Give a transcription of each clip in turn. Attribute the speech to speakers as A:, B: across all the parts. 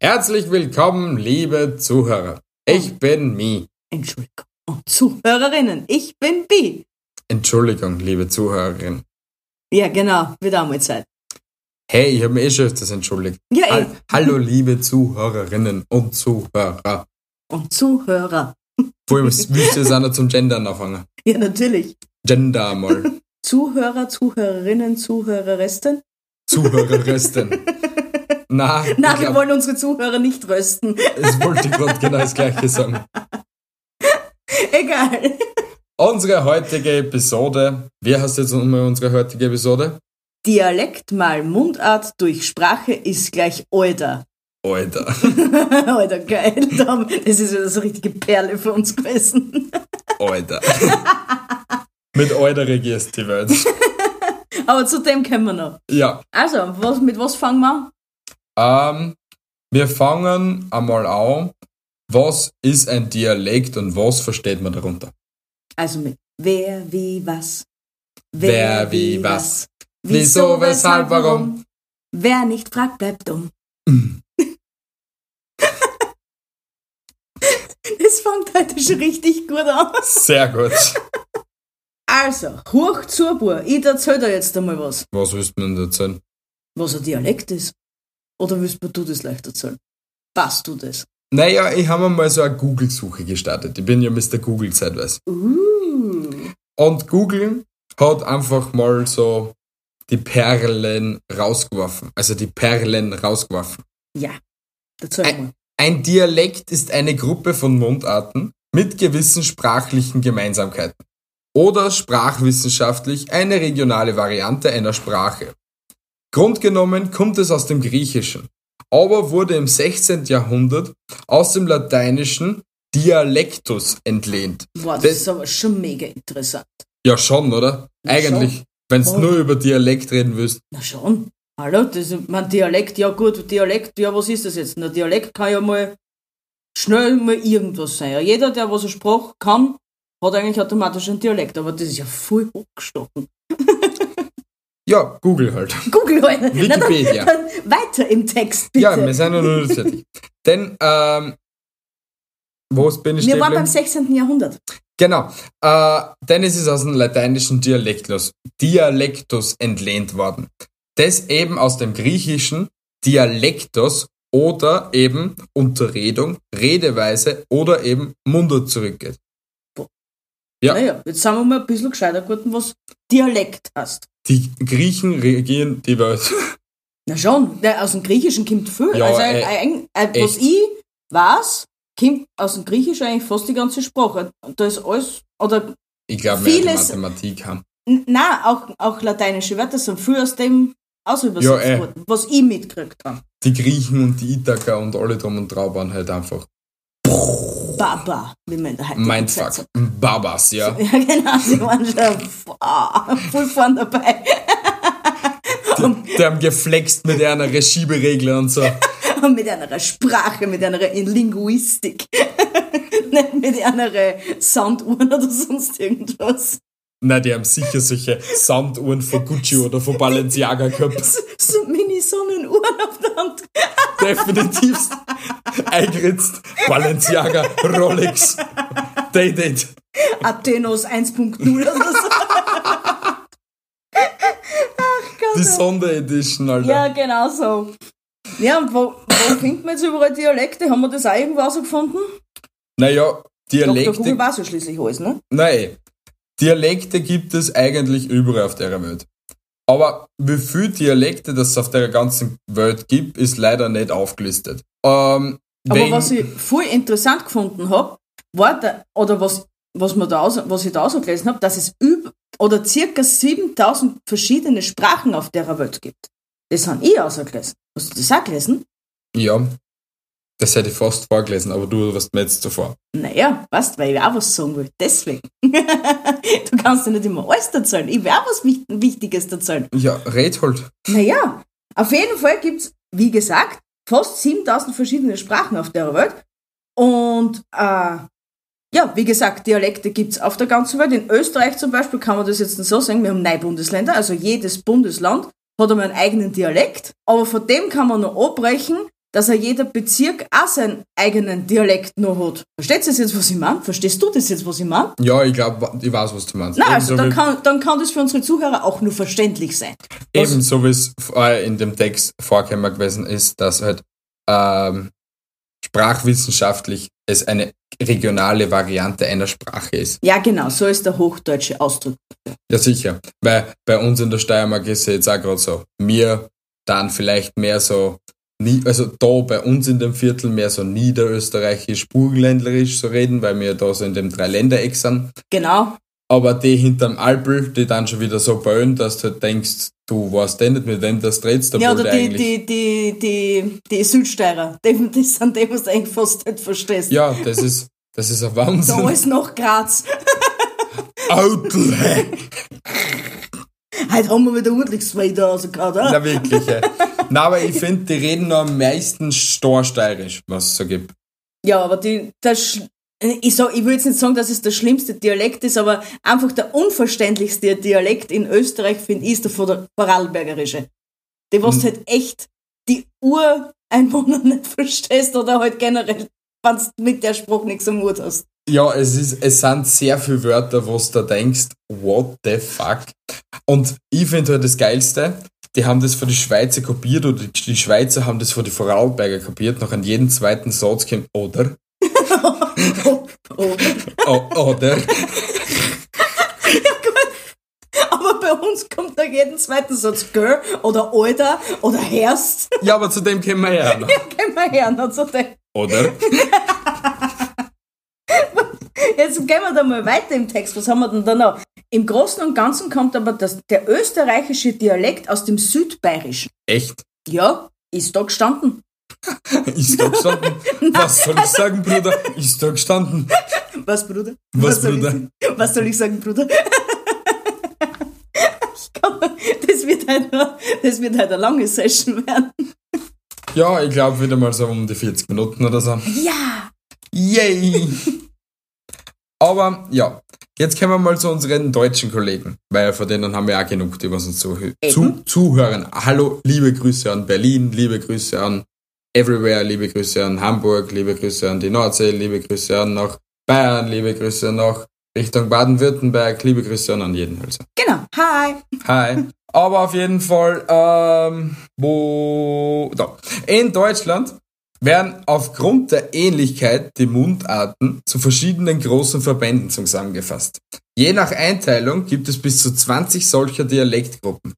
A: Herzlich willkommen, liebe Zuhörer. Ich bin Mi.
B: Entschuldigung. Und Zuhörerinnen, ich bin Bi.
A: Entschuldigung, liebe Zuhörerin.
B: Ja, genau, wird auch mal Zeit.
A: Hey, ich habe mich eh schon öfters entschuldigt.
B: Ja, eh.
A: Hall- Hallo, liebe Zuhörerinnen und Zuhörer.
B: Und Zuhörer.
A: Vor allem müsst ihr es auch noch zum Gendern anfangen.
B: Ja, natürlich.
A: Gender mal.
B: Zuhörer, Zuhörerinnen, Zuhörerresten.
A: Zuhörerresten. Na, ich
B: Na, wir
A: glaub,
B: wollen unsere Zuhörer nicht rösten.
A: es wollte ich gerade genau das Gleiche sagen.
B: Egal.
A: Unsere heutige Episode. Wer heißt jetzt nochmal unsere heutige Episode?
B: Dialekt mal Mundart durch Sprache ist gleich Alter.
A: Alter.
B: Alter, geil. Tom. Das ist wieder so richtige Perle für uns gewesen.
A: Alter. Mit Alter regierst die Welt.
B: Aber zu dem kommen wir noch.
A: Ja.
B: Also, was, mit was fangen wir an?
A: Ähm, wir fangen einmal an. Was ist ein Dialekt und was versteht man darunter?
B: Also mit wer, wie, was.
A: Wer, wie, was. Wieso, weshalb, warum? Mm.
B: Wer nicht fragt, bleibt dumm. Es fängt heute schon richtig gut an.
A: Sehr gut.
B: Also, hoch zur Bur. Ich erzähl dir jetzt einmal was.
A: Was willst du mir denn erzählen?
B: Was ein Dialekt ist. Oder willst du das leicht erzählen? Passt du das?
A: Naja, ich habe mal so eine Google-Suche gestartet. Ich bin ja Mr. Google zeitweise.
B: Uh.
A: Und Google hat einfach mal so die Perlen rausgeworfen. Also die Perlen rausgeworfen.
B: Ja, erzähl mal.
A: Ein Dialekt ist eine Gruppe von Mundarten mit gewissen sprachlichen Gemeinsamkeiten oder sprachwissenschaftlich eine regionale Variante einer Sprache. Grundgenommen kommt es aus dem Griechischen, aber wurde im 16. Jahrhundert aus dem lateinischen Dialectus entlehnt.
B: Boah, das,
A: das-
B: ist aber schon mega interessant.
A: Ja schon, oder? Eigentlich, wenn's
B: Voll.
A: nur über Dialekt reden willst.
B: Na schon. Hallo, das ist mein Dialekt, ja gut, Dialekt, ja was ist das jetzt? Na, Dialekt kann ja mal schnell mal irgendwas sein. Ja, jeder, der was eine Sprache kann, hat eigentlich automatisch einen Dialekt, aber das ist ja voll hochgestochen.
A: Ja, Google halt.
B: Google heute. Na, dann,
A: Wikipedia.
B: dann weiter im Text, bitte.
A: Ja, wir sind ja noch nicht fertig. Denn, ähm, wo bin ich
B: Wir
A: stehen
B: waren beim
A: geblieben?
B: 16. Jahrhundert.
A: Genau. Äh, denn es ist aus dem lateinischen Dialektus, Dialektus entlehnt worden. Das eben aus dem griechischen Dialektos oder eben Unterredung, Redeweise oder eben Mundart zurückgeht. Ja.
B: Naja, jetzt sind wir mal ein bisschen gescheiter geworden, was Dialekt heißt.
A: Die Griechen regieren die Welt.
B: Na schon, na, aus dem Griechischen kommt viel.
A: Ja,
B: also, ein,
A: äh,
B: ein, ein, was
A: echt.
B: ich weiß, kommt aus dem Griechischen eigentlich fast die ganze Sprache. Da ist alles, oder,
A: Ich glaube, mehr die
B: Vieles-
A: Mathematik haben.
B: n- nein, auch, auch lateinische Wörter sind viel aus dem ausübersetzt
A: Ja, äh.
B: worden, was ich mitgekriegt habe.
A: Die Griechen und die Ithaker und alle drum und drauf waren halt einfach
B: Baba, wie man da
A: Mindfuck. Babas, ja.
B: Ja, genau, sie waren schon ah, voll vorn dabei.
A: Die haben geflext mit einer Schieberegler und so.
B: Und mit einer Sprache, mit einer Linguistik. Nicht mit einer Sounduhren oder sonst irgendwas.
A: Na, die haben sicher solche Sanduhren von Gucci oder von Balenciaga gehabt.
B: So Mini-Sonnenuhren auf der Hand.
A: Definitiv eingeritzt. Balenciaga, Rolex, Day-Date.
B: Athenos 1.0 oder so.
A: Die Sonderedition, Alter.
B: Ja, genau so. Ja, und wo, wo findet man jetzt überall Dialekte? Haben wir das auch irgendwo rausgefunden?
A: Naja,
B: Dr. Google
A: Dialekte.
B: weiß ja schließlich alles, ne?
A: Nein. Dialekte gibt es eigentlich überall auf der Welt. Aber wie viele Dialekte das es auf der ganzen Welt gibt, ist leider nicht aufgelistet. Ähm,
B: Aber
A: wenn-
B: was ich voll interessant gefunden habe, war, da, oder was, was, man da aus, was ich da so gelesen habe, dass es über, oder circa 7000 verschiedene Sprachen auf der Welt gibt. Das habe ich ausgelesen. Hast du das auch gelesen?
A: ja, das hätte ich fast vorgelesen, aber du warst mir jetzt zuvor.
B: Naja, weißt, weil ich auch was sagen will. Deswegen. du kannst ja nicht immer alles erzählen. Ich will auch was Wicht- Wichtiges erzählen.
A: Ja, red halt.
B: Naja, auf jeden Fall gibt's, wie gesagt, fast 7000 verschiedene Sprachen auf der Welt. Und äh, ja, wie gesagt, Dialekte gibt's auf der ganzen Welt. In Österreich zum Beispiel kann man das jetzt so sagen, wir haben neun Bundesländer, also jedes Bundesland hat einmal einen eigenen Dialekt, aber von dem kann man nur abbrechen, dass er jeder Bezirk auch seinen eigenen Dialekt noch hat. Verstehst du das jetzt, was ich meine? Verstehst du das jetzt, was ich meine?
A: Ja, ich glaube, ich weiß, was du meinst.
B: Na, also
A: Ebenso
B: dann
A: wie-
B: kann, dann kann das für unsere Zuhörer auch nur verständlich sein. Was-
A: Eben so wie es vorher in dem Text vorkämmer gewesen ist, dass halt ähm, sprachwissenschaftlich es eine regionale Variante einer Sprache ist.
B: Ja, genau, so ist der hochdeutsche Ausdruck.
A: Ja sicher. Weil bei uns in der Steiermark ist es jetzt auch gerade so. Mir dann vielleicht mehr so nie, also da bei uns in dem Viertel mehr so niederösterreichisch, burgenländlerisch so reden, weil wir da so in dem Dreiländereck sind.
B: Genau,
A: Aber die hinterm Alpel, die dann schon wieder so böen, dass du halt denkst, du weißt eh nicht, mit wem das trittst, obwohl
B: Ja,
A: der
B: oder die,
A: eigentlich
B: die, die, die, die Südsteirer, die, die sind die, was du eigentlich fast nicht verstehst.
A: Ja, das ist, das ist ein
B: Da
A: Wahnsinn.
B: ist noch Graz.
A: Autle!
B: Heute haben wir wieder also ordentlich zwei da rausgehauen, oder?
A: Na wirklich, ey. Na, aber ich finde, die reden noch am meisten storsteirisch, was es so gibt.
B: Ja, aber die, der, Sch- ich, sag, ich will jetzt nicht sagen, dass es der schlimmste Dialekt ist, aber einfach der unverständlichste Dialekt in Österreich, finde ich, ist der Vor- Vorarlbergerische. Die,
A: Mhm.
B: was halt echt die Ureinwohner nicht verstehst oder halt generell, wenn du mit der Spruch nichts am Hut hast.
A: Ja, es, ist, es sind sehr viele Wörter, wo du da denkst, what the fuck? Und ich finde halt das Geilste, die haben das von den Schweizer kopiert oder die Schweizer haben das von den Vorarlberger kopiert, noch an jedem zweiten Satz kommt, oder?
B: Oh, oh.
A: Oh, oder?
B: Aber bei uns kommt nach jedem zweiten Satz Girl oder Alter oder Herst.
A: Ja, aber zu dem kommen wir ja auch noch.
B: Gehen wir her. Und so denkt,
A: Oder?
B: jetzt gehen wir da mal weiter im Text. Was haben wir denn da noch? Im Großen und Ganzen kommt aber das, der österreichische Dialekt aus dem Südbayerischen.
A: Echt?
B: Ja, ist da gestanden.
A: Ist da gestanden? Was soll ich sagen, Bruder? Ist da gestanden?
B: Was, Bruder?
A: Was,
B: soll
A: Bruder?
B: Ich, was soll ich sagen, Bruder? ich kann, das, wird halt, noch- das wird halt eine lange Session werden.
A: Ja, ich glaube wieder mal so um die 40 Minuten oder so.
B: Ja!
A: Yay! Aber ja, jetzt kommen wir mal zu unseren deutschen Kollegen, weil von denen haben wir auch genug, die was uns zu, zu, zuhören. Hallo, liebe Grüße an Berlin, liebe Grüße an Everywhere, liebe Grüße an Hamburg, liebe Grüße an die Nordsee, liebe Grüße an nach Bayern, liebe Grüße nach Richtung Baden-Württemberg, liebe Grüße an, an jeden also.
B: Genau. Hi!
A: Hi. Aber auf jeden Fall, ähm, wo, da. In Deutschland werden aufgrund der Ähnlichkeit die Mundarten zu verschiedenen großen Verbänden zusammengefasst. Je nach Einteilung gibt es bis zu 20 solcher Dialektgruppen.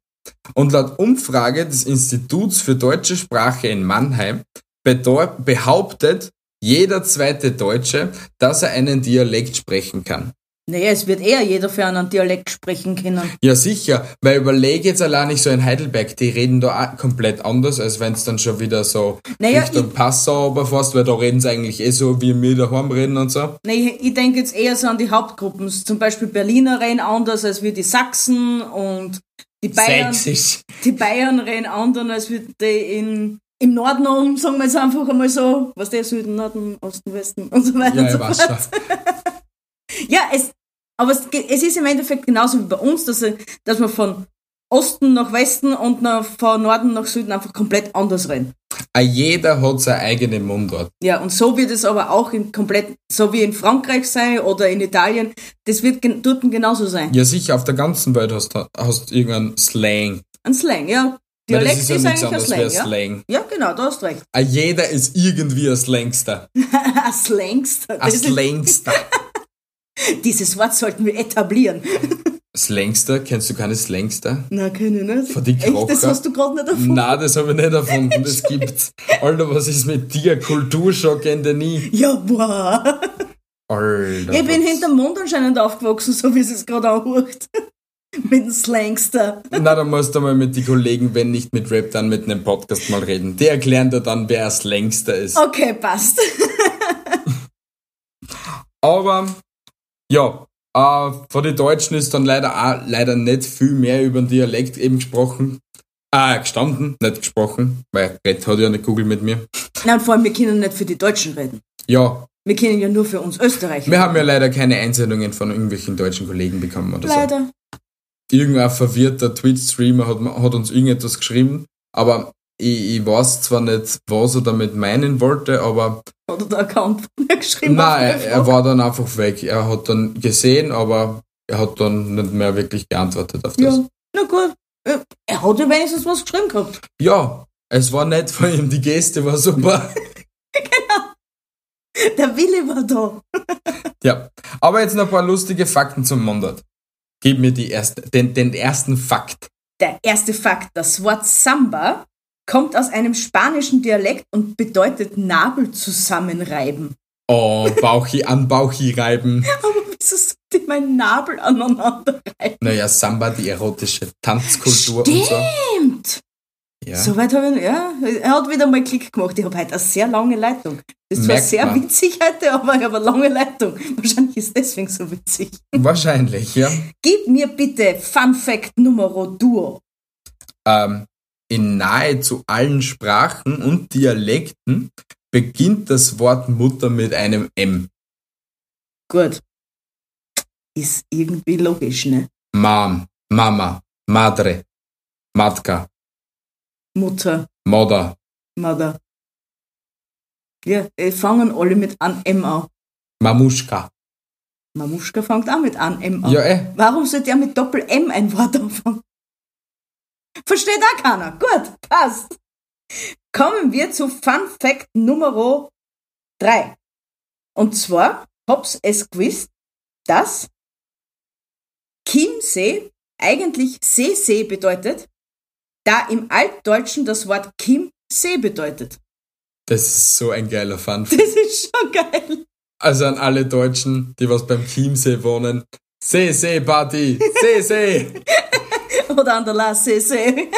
A: Und laut Umfrage des Instituts für deutsche Sprache in Mannheim bedeu- behauptet jeder zweite Deutsche, dass er einen Dialekt sprechen kann.
B: Naja, es wird eher jeder für einen Dialekt sprechen können.
A: Ja, sicher, weil überlege jetzt allein nicht so in Heidelberg, die reden da auch komplett anders, als wenn es dann schon wieder so
B: Naja,
A: Richtung
B: ich-
A: Passau oberfährst, weil da reden sie eigentlich eh so, wie wir daheim reden und so.
B: Nee, ich denke jetzt eher so an die Hauptgruppen. Zum Beispiel Berliner reden anders als wir die Sachsen und die Bayern,
A: Sächsisch.
B: die Bayern reden anders als wir die in, im Norden um, sagen wir jetzt einfach einmal so. Was der Süden, Norden, Osten, Westen und so weiter.
A: Ja,
B: und
A: ich
B: so
A: weiß
B: fort.
A: schon.
B: ja es, aber es, ge- es ist im Endeffekt genauso wie bei uns, dass, er- dass wir von Osten nach Westen und nach, von Norden nach Süden einfach komplett anders reden.
A: Ah, Jeder hat seine eigene Mundart.
B: Ja, und so wird es aber auch in komplett, so wie in Frankreich sein oder in Italien, das wird gen- dort genauso sein.
A: Ja, sicher, auf der ganzen Welt hast du hast du irgendeinen Slang.
B: Ein Slang, ja.
A: Weil
B: Dialekt ist,
A: nichts
B: eigentlich ein
A: anderes wie
B: Slang, ja.
A: Slang.
B: Ja, genau, da hast recht.
A: Ah, Jeder ist irgendwie ein Slangster.
B: Ein Slangster.
A: Ein
B: Das ist-
A: Slangster.
B: Dieses Wort sollten wir etablieren.
A: Slangster? Kennst du keine Slangster?
B: Na, keine, ne?
A: Von Hm. die
B: Echt, das
A: Krocher.
B: hast du gerade nicht erfunden.
A: Na, das habe ich nicht erfunden, das gibt's. Alter, was ist mit dir? Kulturschock Ende nie.
B: Ja, boah.
A: Alter.
B: Ich bin
A: was-
B: hinterm Mond anscheinend aufgewachsen, so wie es es gerade anhört. Mit dem Slangster.
A: Na, dann musst du mal mit den Kollegen, wenn nicht mit Rap, dann mit einem Podcast mal reden. Die erklären dir dann, wer das längste ist.
B: Okay, passt.
A: Aber, ja, äh, von den Deutschen ist dann leider auch, leider nicht viel mehr über den Dialekt eben gesprochen. Ah, gestanden, nicht gesprochen, weil Red hat ja eine Google mit mir.
B: Nein, vor allem, wir können nicht für die Deutschen reden.
A: Ja,
B: Wir können ja nur für uns Österreicher.
A: wir haben ja leider keine Einsendungen von irgendwelchen deutschen Kollegen bekommen oder so.
B: Leider.
A: irgendein verwirrter Twitch-Streamer hat, hat uns irgendetwas geschrieben, aber ich, ich weiß zwar nicht, was er damit meinen wollte, aber
B: Oder der Account von mir geschrieben.
A: nein,
B: auf
A: er war dann einfach weg. Er hat dann gesehen, aber er hat dann nicht mehr wirklich geantwortet auf das.
B: ja. Na gut. Ja, Er hat ja wenigstens was geschrieben gehabt.
A: Ja, es war nett von ihm, die Geste war super.
B: Der Wille war da.
A: ja, aber jetzt noch ein paar lustige Fakten zum Mondart. Gib mir die erste, den, den ersten Fakt.
B: Der erste Fakt, das Wort Samba kommt aus einem spanischen Dialekt und bedeutet Nabel zusammenreiben.
A: Oh, Bauchi an Bauchi reiben.
B: Aber wieso sind die meinen Nabel aneinander reiben?
A: Naja, Samba, die erotische Tanzkultur und so.
B: Stimmt!
A: Ja.
B: Soweit habe ich, ja, er hat wieder mal Klick gemacht. Ich habe heute eine sehr lange Leitung. Das ist zwar
A: Merkt
B: sehr
A: man.
B: witzig heute, aber ich habe eine lange Leitung. Wahrscheinlich ist deswegen so witzig.
A: Wahrscheinlich, ja.
B: Gib mir bitte Fun Fact Numero Duo.
A: Ähm, in nahezu allen Sprachen und Dialekten beginnt das Wort Mutter mit einem M.
B: Gut. Ist irgendwie logisch, ne?
A: Mom, Mama, Madre, Matka,
B: Mutter,
A: Mother,
B: Mother. Ja, äh, fangen alle mit an M an.
A: Mamuschka.
B: Mamuschka fängt auch mit an M an.
A: Ja, eh.
B: Warum sollte er mit Doppel M ein Wort anfangen? Versteht auch keiner. Gut, passt. Kommen wir zu Fun Fact Nummer 3. Und zwar, hab's es gewusst, dass Chiemsee eigentlich Seesee bedeutet, da im Altdeutschen das Wort Chiemsee bedeutet.
A: Das ist so ein geiler Fun.
B: Das ist schon geil.
A: Also an alle Deutschen, die was beim Chiemsee wohnen. See, See, Party, See, See.
B: Oder an der Lassesee.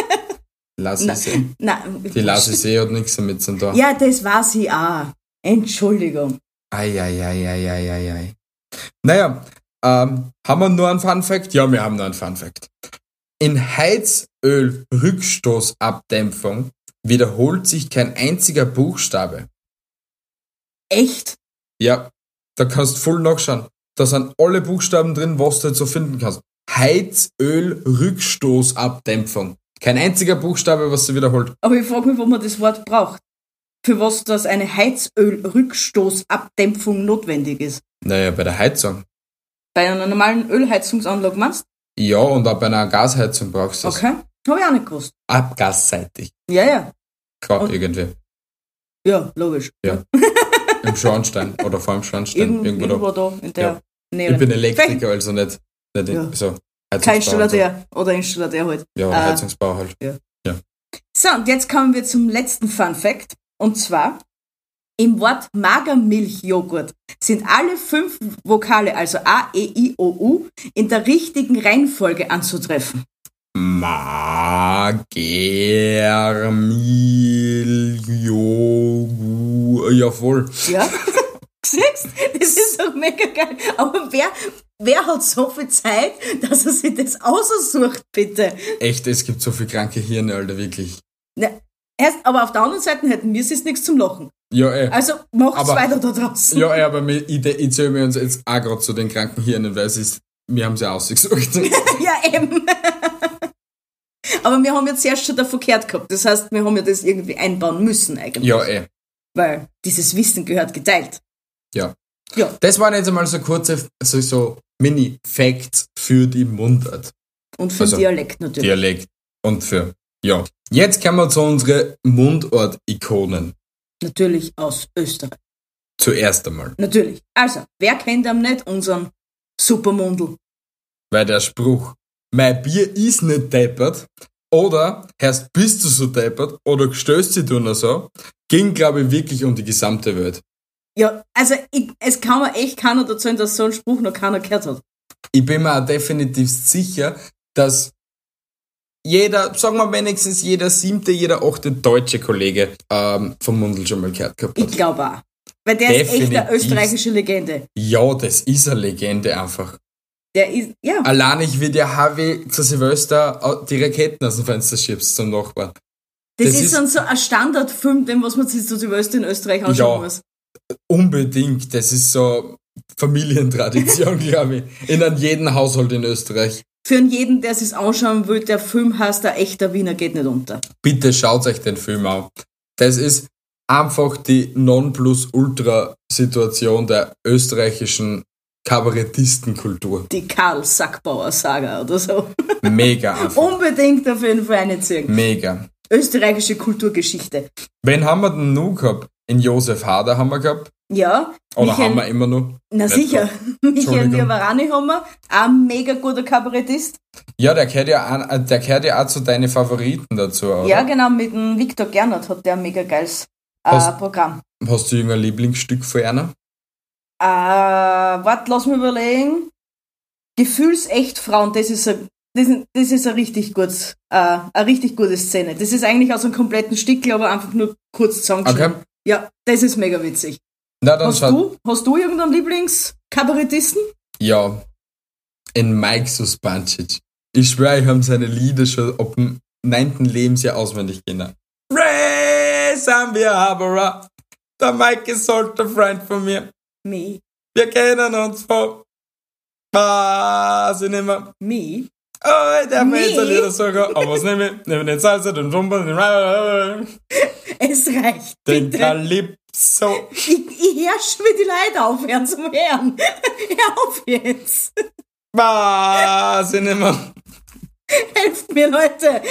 A: Lassi See.
B: Nein,
A: Die Lassi See hat nichts damit zu tun.
B: Ja, das war sie auch. Entschuldigung.
A: Eieieiei. Naja, ähm, haben wir nur einen Fun Fact? Ja, wir haben nur einen Fun Fact. In Heizöl-Rückstoßabdämpfung wiederholt sich kein einziger Buchstabe.
B: Echt?
A: Ja, da kannst du voll nachschauen. Da sind alle Buchstaben drin, was du jetzt so finden kannst. Heizöl-Rückstoßabdämpfung. Kein einziger Buchstabe, was sie wiederholt.
B: Aber ich frage mich, wo man das Wort braucht. Für was das eine Heizölrückstoßabdämpfung notwendig ist.
A: Naja, bei der Heizung.
B: Bei einer normalen Ölheizungsanlage meinst
A: Ja, und auch bei einer Gasheizung brauchst du
B: du?
A: es.
B: Okay. Habe ich auch nicht gewusst.
A: Abgasseitig.
B: Ja, ja.
A: Klar,
B: Und-
A: irgendwie.
B: Ja, logisch.
A: Ja. Im Schornstein oder vor dem Schornstein.
B: Irgend,
A: Irgendwo,
B: irgendwo
A: da.
B: da in der
A: Ja.
B: Nähe.
A: Ich bin
B: Vielleicht
A: Elektriker, also nicht, nicht
B: Ja.
A: so. Heizungsbau
B: Kein
A: und so.
B: Installateur oder Installateur halt.
A: Ja,
B: Ah.
A: oder Heizungsbau halt.
B: So, und jetzt kommen wir zum letzten Fun Fact. Und zwar, im Wort Magermilchjoghurt sind alle fünf Vokale, also A, E, I, O, U, in der richtigen Reihenfolge anzutreffen.
A: Magermilio. Jawohl.
B: Ja? Siehst Das ist doch mega geil. Aber wer, wer hat so viel Zeit, dass er sich das aussucht, bitte?
A: Echt, es gibt so viel kranke Hirne, Alter, wirklich.
B: Na, erst, aber auf der anderen Seite hätten wir es jetzt nichts zum Lachen.
A: Ja, ey.
B: Also macht's
A: Aber-
B: weiter da draußen.
A: ja, ey, aber mir- ich, ich zähle mir uns jetzt auch gerade zu den kranken Hirnen, weil es ist, wir haben sie ausgesucht.
B: Ja, eben. Aber wir haben jetzt erst schon da verkehrt gehabt. Das heißt, wir haben ja das irgendwie einbauen müssen eigentlich.
A: ja, eh. ey.
B: Weil dieses Wissen gehört geteilt.
A: Ja.
B: Ja.
A: Das waren jetzt einmal so kurze, so, so Mini-Facts für die Mundart,
B: Und für
A: Also,
B: den Dialekt natürlich.
A: Dialekt und für, ja. Jetzt kommen wir zu unseren Mundort-Ikonen.
B: Natürlich aus Österreich.
A: Zuerst einmal,
B: Natürlich. Also, wer kennt am nicht unseren Supermundel?
A: weil der Spruch, mein Bier ist nicht deppert oder heißt bist du so deppert oder gestößt sie du nur so, ging, glaube ich, wirklich um die gesamte Welt.
B: Ja, also ich, es kann mir echt keiner erzählen, dass so ein Spruch noch keiner gehört hat.
A: ich bin mir auch definitiv sicher, dass jeder, sagen wir wenigstens jeder siebte, jeder achte deutsche Kollege ähm, vom Mundl schon mal gehört gehabt
B: Ich
A: hat.
B: glaube auch. Weil der ist echt eine
A: Also, Definitiv.
B: österreichische Legende.
A: Ja, das ist eine Legende einfach.
B: Der ist, ja,
A: Allein ich wie der Harvey zu Silvester au- die Raketen aus dem Fenster schiebst zum Nachbarn. das
B: das, ist
A: ist-
B: dann so ein Standardfilm, den was man sich so die Welt in Österreich anschauen
A: Ja.
B: muss.
A: Unbedingt, das ist so Familientradition, glaube ich. In an jedem Haushalt in Österreich.
B: für jeden, der sich anschauen will, der Film heißt der echter Wiener geht nicht unter.
A: Bitte schaut euch den Film an. Das ist einfach die Nonplusultra-Situation der österreichischen Kabarettistenkultur.
B: Die Karl Sackbauer Saga oder so.
A: Mega einfach.
B: Unbedingt auf jeden Fall reinziehen.
A: Mega.
B: Österreichische Kulturgeschichte.
A: Wen haben wir denn nun gehabt? In Josef Hader haben wir gehabt.
B: Ja.
A: Oder
B: Michael-
A: haben wir immer noch?
B: Na
A: Nicht
B: sicher. Michael
A: Entschuldigung.
B: Diavarani haben wir. Auch ein mega guter Kabarettist.
A: Ja, der gehört ja, an, äh, der gehört ja auch zu deinen Favoriten dazu. Oder?
B: Ja, genau, mit dem Viktor Gernot hat der ein mega geiles äh,
A: Hast-
B: Programm.
A: Hast du irgendein Lieblingsstück von einer?
B: Äh, Warte, lass mich überlegen. Gefühlsecht Frauen, das ist ein das, ist- das ist ein richtig gutes, äh, eine richtig gute Szene. Das ist eigentlich aus einem kompletten Stickel, aber einfach nur kurz zusammengeschnitten.
A: Okay.
B: Ja, das ist mega witzig.
A: Na, dann
B: Hast
A: schaut-
B: du, hast du irgendeinen Lieblingskabarettisten?
A: Ja. In Mike Suspancic. Ich schwöre, ich habe seine Lieder schon ab dem neunten Lebensjahr auswendig gelernt. Ray Zambia Habara. Der Mike ist halt der Freund von mir.
B: Me,
A: Wir kennen uns von. Was ich nehme.
B: me.
A: Oh, der
B: Nee.
A: Mensch Lieder sogar. Aber was nehme ich? Nehme den Salsa, den Rumba, den
B: Es reicht.
A: Den
B: Bitte.
A: Calypso.
B: Ich, ich herrsche mir die Leute aufhören zum Herrn. Hör auf jetzt.
A: Was ich nehme.
B: Helft mir, Leute.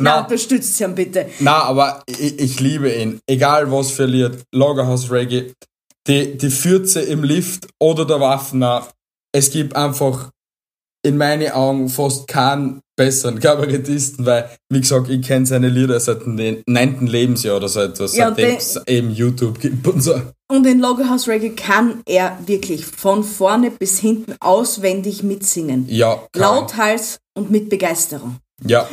B: Na,
A: Na,
B: unterstützt ihn bitte.
A: Na, aber ich, ich liebe ihn. Egal was für Lied, Lagerhaus Reggae, die, die Fürze im Lift oder der Waffner. Es gibt einfach in meinen Augen fast keinen besseren Kabarettisten, weil, wie gesagt, ich kenne seine Lieder seit dem neunten Lebensjahr oder so etwas,
B: Ja,
A: seitdem
B: den-
A: es eben YouTube gibt und so.
B: Und in Lagerhaus Reggae kann er wirklich von vorne bis hinten auswendig mitsingen.
A: Ja, kann.
B: Lauthals und mit Begeisterung.
A: Ja.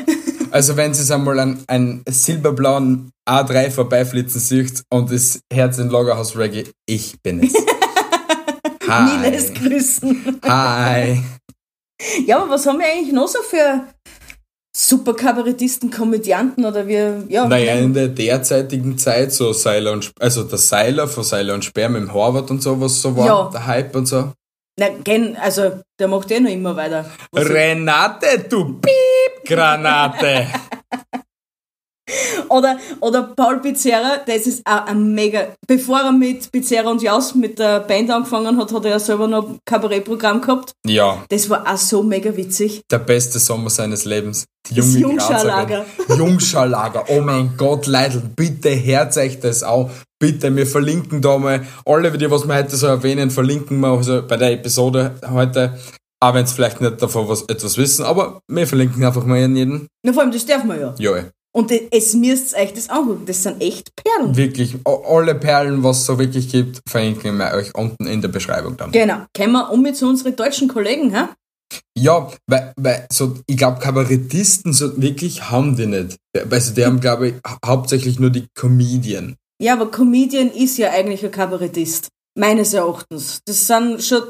A: Also wenn Sie einmal einen, einen silberblauen A3 vorbeiflitzen sieht und das Herz in Lagerhaus Reggae, ich bin es. Hi.
B: Niles grüßen.
A: Hi.
B: Ja, aber was haben wir eigentlich noch so für super Kabarettisten, Komödianten oder wir, ja.
A: Naja, in der derzeitigen Zeit, so Seiler und Sp- also der Seiler von Seiler und Speer mit dem Horvath und so, was so war,
B: Ja.
A: der Hype und so.
B: Na, gen, also, der macht eh noch immer weiter. Was
A: Renate, du Piep, Granate.
B: Oder, oder Paul Pizzerra, das ist auch ein mega. Bevor er mit Pizzerra und Jaus mit der Band angefangen hat, hat er ja selber noch ein Kabarettprogramm gehabt.
A: ja,
B: Das war auch so mega witzig.
A: der beste Sommer seines Lebens. Die
B: Das
A: junge
B: Jungscharlager.
A: Grazerin. Jungscharlager, oh mein Gott, Leute, bitte herz euch das auch. Bitte, wir verlinken da mal alle Videos, was wir heute so erwähnen, verlinken wir also bei der Episode heute. Auch wenn es vielleicht nicht davon was, etwas wissen, aber wir verlinken einfach mal in jeden.
B: Na, vor allem, das darf man ja.
A: Ja, ey.
B: Und de- es müsst euch das angucken. Das sind echt Perlen.
A: wirklich a- alle Perlen, was es so wirklich gibt, verlinken wir euch unten in der Beschreibung dann.
B: Genau. Kommen wir um mit zu unseren deutschen Kollegen, hä?
A: Ja, weil, weil so, ich glaube, Kabarettisten so wirklich haben die nicht. Also die haben, glaube ich, hau- hauptsächlich nur die Comedian.
B: Ja, aber Comedian ist ja eigentlich ein Kabarettist. Meines Erachtens. Das sind schon.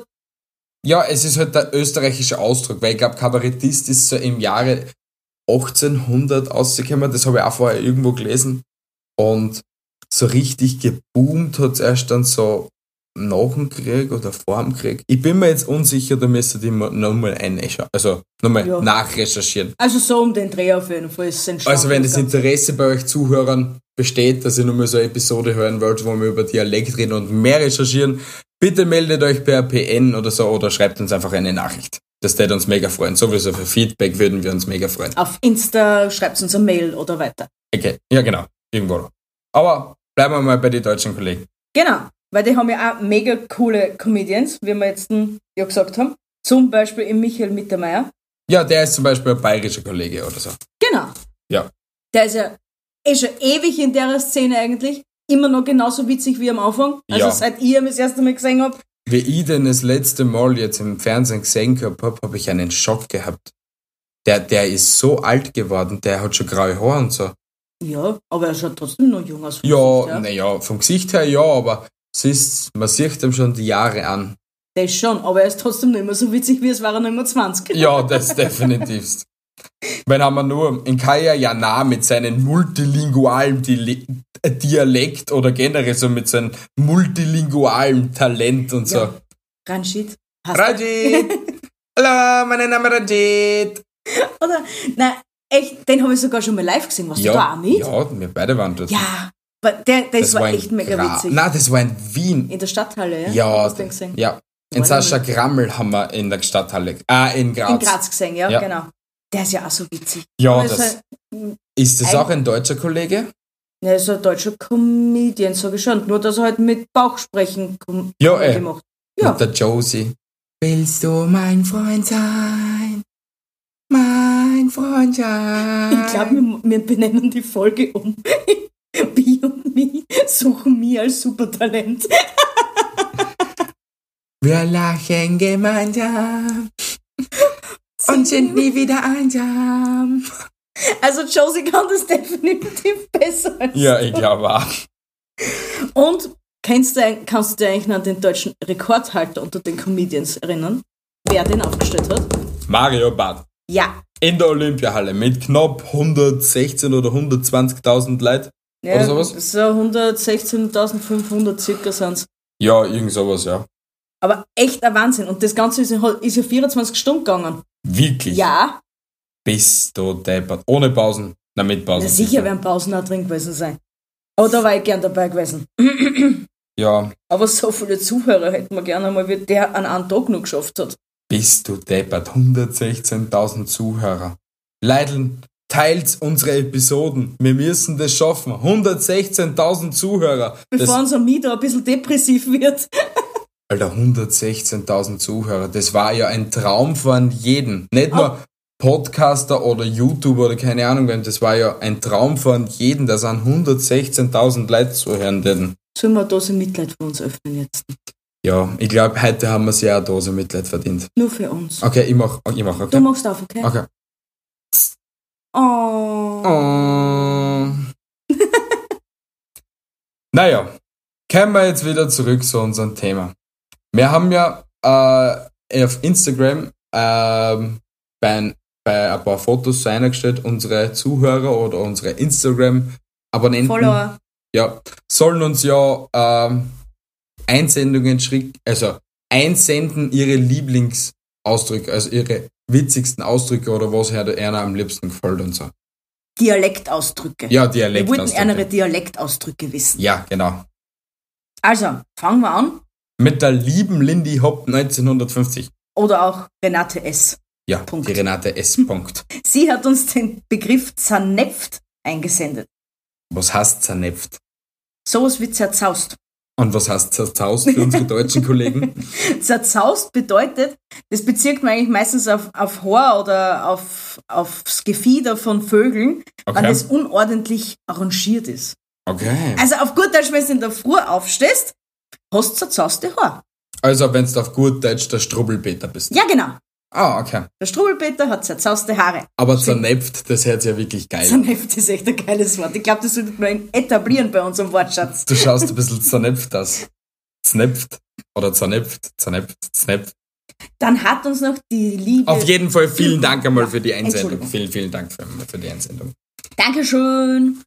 A: Ja, es ist halt der österreichische Ausdruck, weil ich glaube, Kabarettist ist so im Jahre 1800 ausgekommen, das habe ich auch vorher irgendwo gelesen. Und so richtig geboomt hat es erst dann so nach dem Krieg oder vor dem Krieg. Ich bin mir jetzt unsicher, da müsstet ihr mal- nochmal einrecherchieren, also nochmal
B: Ja.
A: nachrecherchieren.
B: Also so um den Dreh auf jeden Fall. Ist entstanden
A: Also wenn das
B: Ganze.
A: Interesse bei euch Zuhörern besteht, dass ihr nochmal so eine Episode hören wollt, wo wir über Dialekt reden und mehr recherchieren, bitte meldet euch per PN oder so oder schreibt uns einfach eine Nachricht. Das würde uns mega freuen. Sowieso für Feedback würden wir uns mega freuen.
B: Auf Insta schreibt uns eine Mail oder weiter.
A: Okay, ja genau, irgendwo. Aber bleiben wir mal bei den deutschen Kollegen.
B: Genau, weil die haben ja auch mega coole Comedians, wie wir jetzt hm, ja gesagt haben. Zum Beispiel im Michael Mittermeier.
A: Ja, der ist zum Beispiel ein bayerischer Kollege oder so.
B: Genau.
A: Ja.
B: Der ist ja eh schon ewig in der Szene eigentlich. Immer noch genauso witzig wie am Anfang. Also
A: Ja.
B: seit ich ihn das erste Mal gesehen habe.
A: Wie ich den das letzte Mal jetzt im Fernsehen gesehen habe, habe hab ich einen Schock gehabt. Der, der ist so alt geworden, der hat schon graue Haare und so.
B: Ja, aber er schaut trotzdem noch jung aus.
A: Ja,
B: ne.
A: naja, vom Gesicht her ja, aber es ist, man sieht ihm schon die Jahre an.
B: Das schon, aber er ist trotzdem noch immer so witzig, wie es war er noch immer 20.
A: Ja, das definitivst. Wenn haben wir nur in Kaya Jana mit seinem multilingualen Dile- äh, Dialekt oder generell so mit seinem multilingualen Talent und so.
B: Ja. Ranjit. Hast
A: Raji! Hallo, mein Name ist Rajit.
B: Oder, nein, echt, den habe ich sogar schon mal live gesehen. Warst du da auch mit?
A: ja, wir beide waren dort.
B: Ja, aber der, das, war,
A: in
B: echt mega
A: Gra-
B: witzig.
A: Nein, das war in Wien.
B: In der Stadthalle, ja?
A: Ja,
B: Hast du den gesehen?
A: ja. In
B: War
A: Sascha
B: nicht.
A: Grammel haben wir in der Stadthalle. Ah, in Graz.
B: In Graz gesehen, ja,
A: Ja.
B: genau. Der ist ja auch so witzig. Also
A: Ja,
B: Aber ist
A: das.
B: ein-
A: Ist das
B: ein-
A: auch ein deutscher Kollege?
B: Er ist ein deutscher Comedian, sage ich schon. Nur, dass er halt mit Bauchsprechen kom-
A: Ja, Oh, eh. ey.
B: gemacht Ja,
A: Mit der Josie. Willst du mein Freund sein? Mein Freund sein.
B: ich glaube, wir, wir benennen die Folge um. Bi und Mi suchen mich als Supertalent.
A: Wir lachen gemeinsam und sind nie wieder einsam.
B: Also Josie kann das definitiv besser. als
A: Ja,
B: du.
A: ich glaube auch.
B: Und kennst du, ein- kannst du dich eigentlich noch an den deutschen Rekordhalter unter den Comedians erinnern? Wer den aufgestellt hat?
A: Mario Bart.
B: Ja.
A: In der Olympiahalle mit knapp 116 oder 120.000 Leuten.
B: ja
A: Oder sowas?
B: So 116.500 circa sind's.
A: Ja, irgend sowas, ja.
B: Aber echt ein Wahnsinn. Und das Ganze ist ja, ist ja 24 Stunden gegangen.
A: Wirklich?
B: Ja,
A: Bist du deppert. Ohne Pausen. Na, mit Pausen.
B: na sicher werden Pausen auch drin gewesen sein. Aber da war ich gern dabei gewesen.
A: Ja,
B: Aber so viele Zuhörer hätten wir gerne einmal, wie der an einem Tag noch geschafft hat.
A: bist du deppert. 116.000 Zuhörer. Leideln, teilt unsere Episoden. Wir müssen das schaffen. 116.000 Zuhörer. Das,
B: Bevor unser Mieter ein bisschen depressiv wird.
A: Alter, 116.000 Zuhörer. Das war ja ein Traum von jedem. Nicht nur Podcaster oder YouTuber oder keine Ahnung wem. Das war ja ein Traum von jedem, dass an 116.000 Leute zuhören würden.
B: Sollen wir eine Dose Mitleid für uns öffnen jetzt?
A: Ja, ich glaube, heute haben wir sehr eine Dose Mitleid verdient.
B: Nur für uns.
A: Okay, ich mach, ich mach,
B: Du
A: okay.
B: machst auf, okay?
A: Okay.
B: Oh.
A: Oh. naja, kommen wir jetzt wieder zurück zu unserem Thema. Wir haben ja äh, auf Instagram ähm, bei, bei ein paar Fotos so eingestellt, unsere Zuhörer oder unsere Instagram-Abonnenten
B: Follower.
A: ja, sollen uns ja ähm, Einsendungen schicken, also einsenden ihre Lieblingsausdrücke, also ihre witzigsten Ausdrücke oder was Herr Erna am liebsten gefällt und so.
B: Dialektausdrücke.
A: Ja,
B: Wir wollten
A: Dialektausdrücke.
B: andere Dialektausdrücke wissen.
A: Ja, genau.
B: Also, fangen wir an.
A: Mit der lieben Lindy Hop 1950.
B: Oder auch Renate S.
A: Ja,
B: Punkt.
A: die Renate S. Punkt.
B: Sie hat uns den Begriff zernepft eingesendet.
A: Was heißt zernepft?
B: Sowas wie zerzaust.
A: Und was heißt zerzaust für unsere deutschen Kollegen?
B: Zerzaust bedeutet, das bezirkt man eigentlich meistens auf, auf Haar oder auf, aufs Gefieder von Vögeln, wenn
A: Okay.
B: das unordentlich arrangiert ist.
A: Okay.
B: Also auf gut Deutsch, wenn du in der Früh aufstehst, hast du zerzauste Haar.
A: Also, wenn du auf gut Deutsch der Strubbelpeter bist.
B: Ja, genau.
A: Ah, okay.
B: Der Struwelpeter hat zerzauste Haare.
A: Aber zernepft, das hört sich ja wirklich geil an.
B: Zernepft ist echt ein geiles Wort. Ich glaube, das sollte man etablieren bei unserem Wortschatz.
A: Du schaust ein bisschen zernepft aus. Znepft. Oder zernepft, zernepft, znepft.
B: Dann hat uns noch die liebe...
A: Auf jeden Fall vielen Dank einmal für die Einsendung.
B: Entschuldigung.
A: Vielen, vielen Dank für, für die Einsendung.
B: Dankeschön.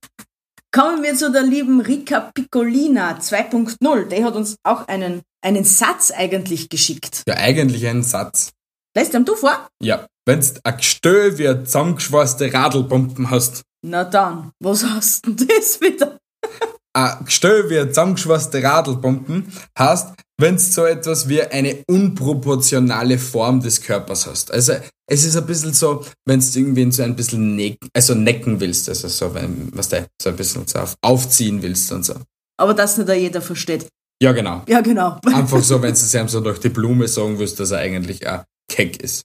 B: Kommen wir zu der lieben Rika Piccolina 2.0. Die hat uns auch einen, einen Satz eigentlich geschickt.
A: Ja, eigentlich ein Satz.
B: Lässt ihm du vor?
A: Ja, wenn's ein Gestö wie eine zusammengeschweißte Radlpumpen hast.
B: Na dann, was hast denn das wieder?
A: Ein Gestö wie eine zusammengeschweißte Radlpumpen hast, wenn's so etwas wie eine unproportionale Form des Körpers hast. Also, es ist ein bisschen so, wenn's irgendwen so ein bisschen necken, also necken willst, also so, wenn, was der, so ein bisschen so auf, aufziehen willst und so.
B: Aber das nicht auch jeder versteht.
A: Ja, genau.
B: Ja, genau.
A: Einfach so, wenn es einem so durch die Blume sagen willst, dass er eigentlich ein keck ist.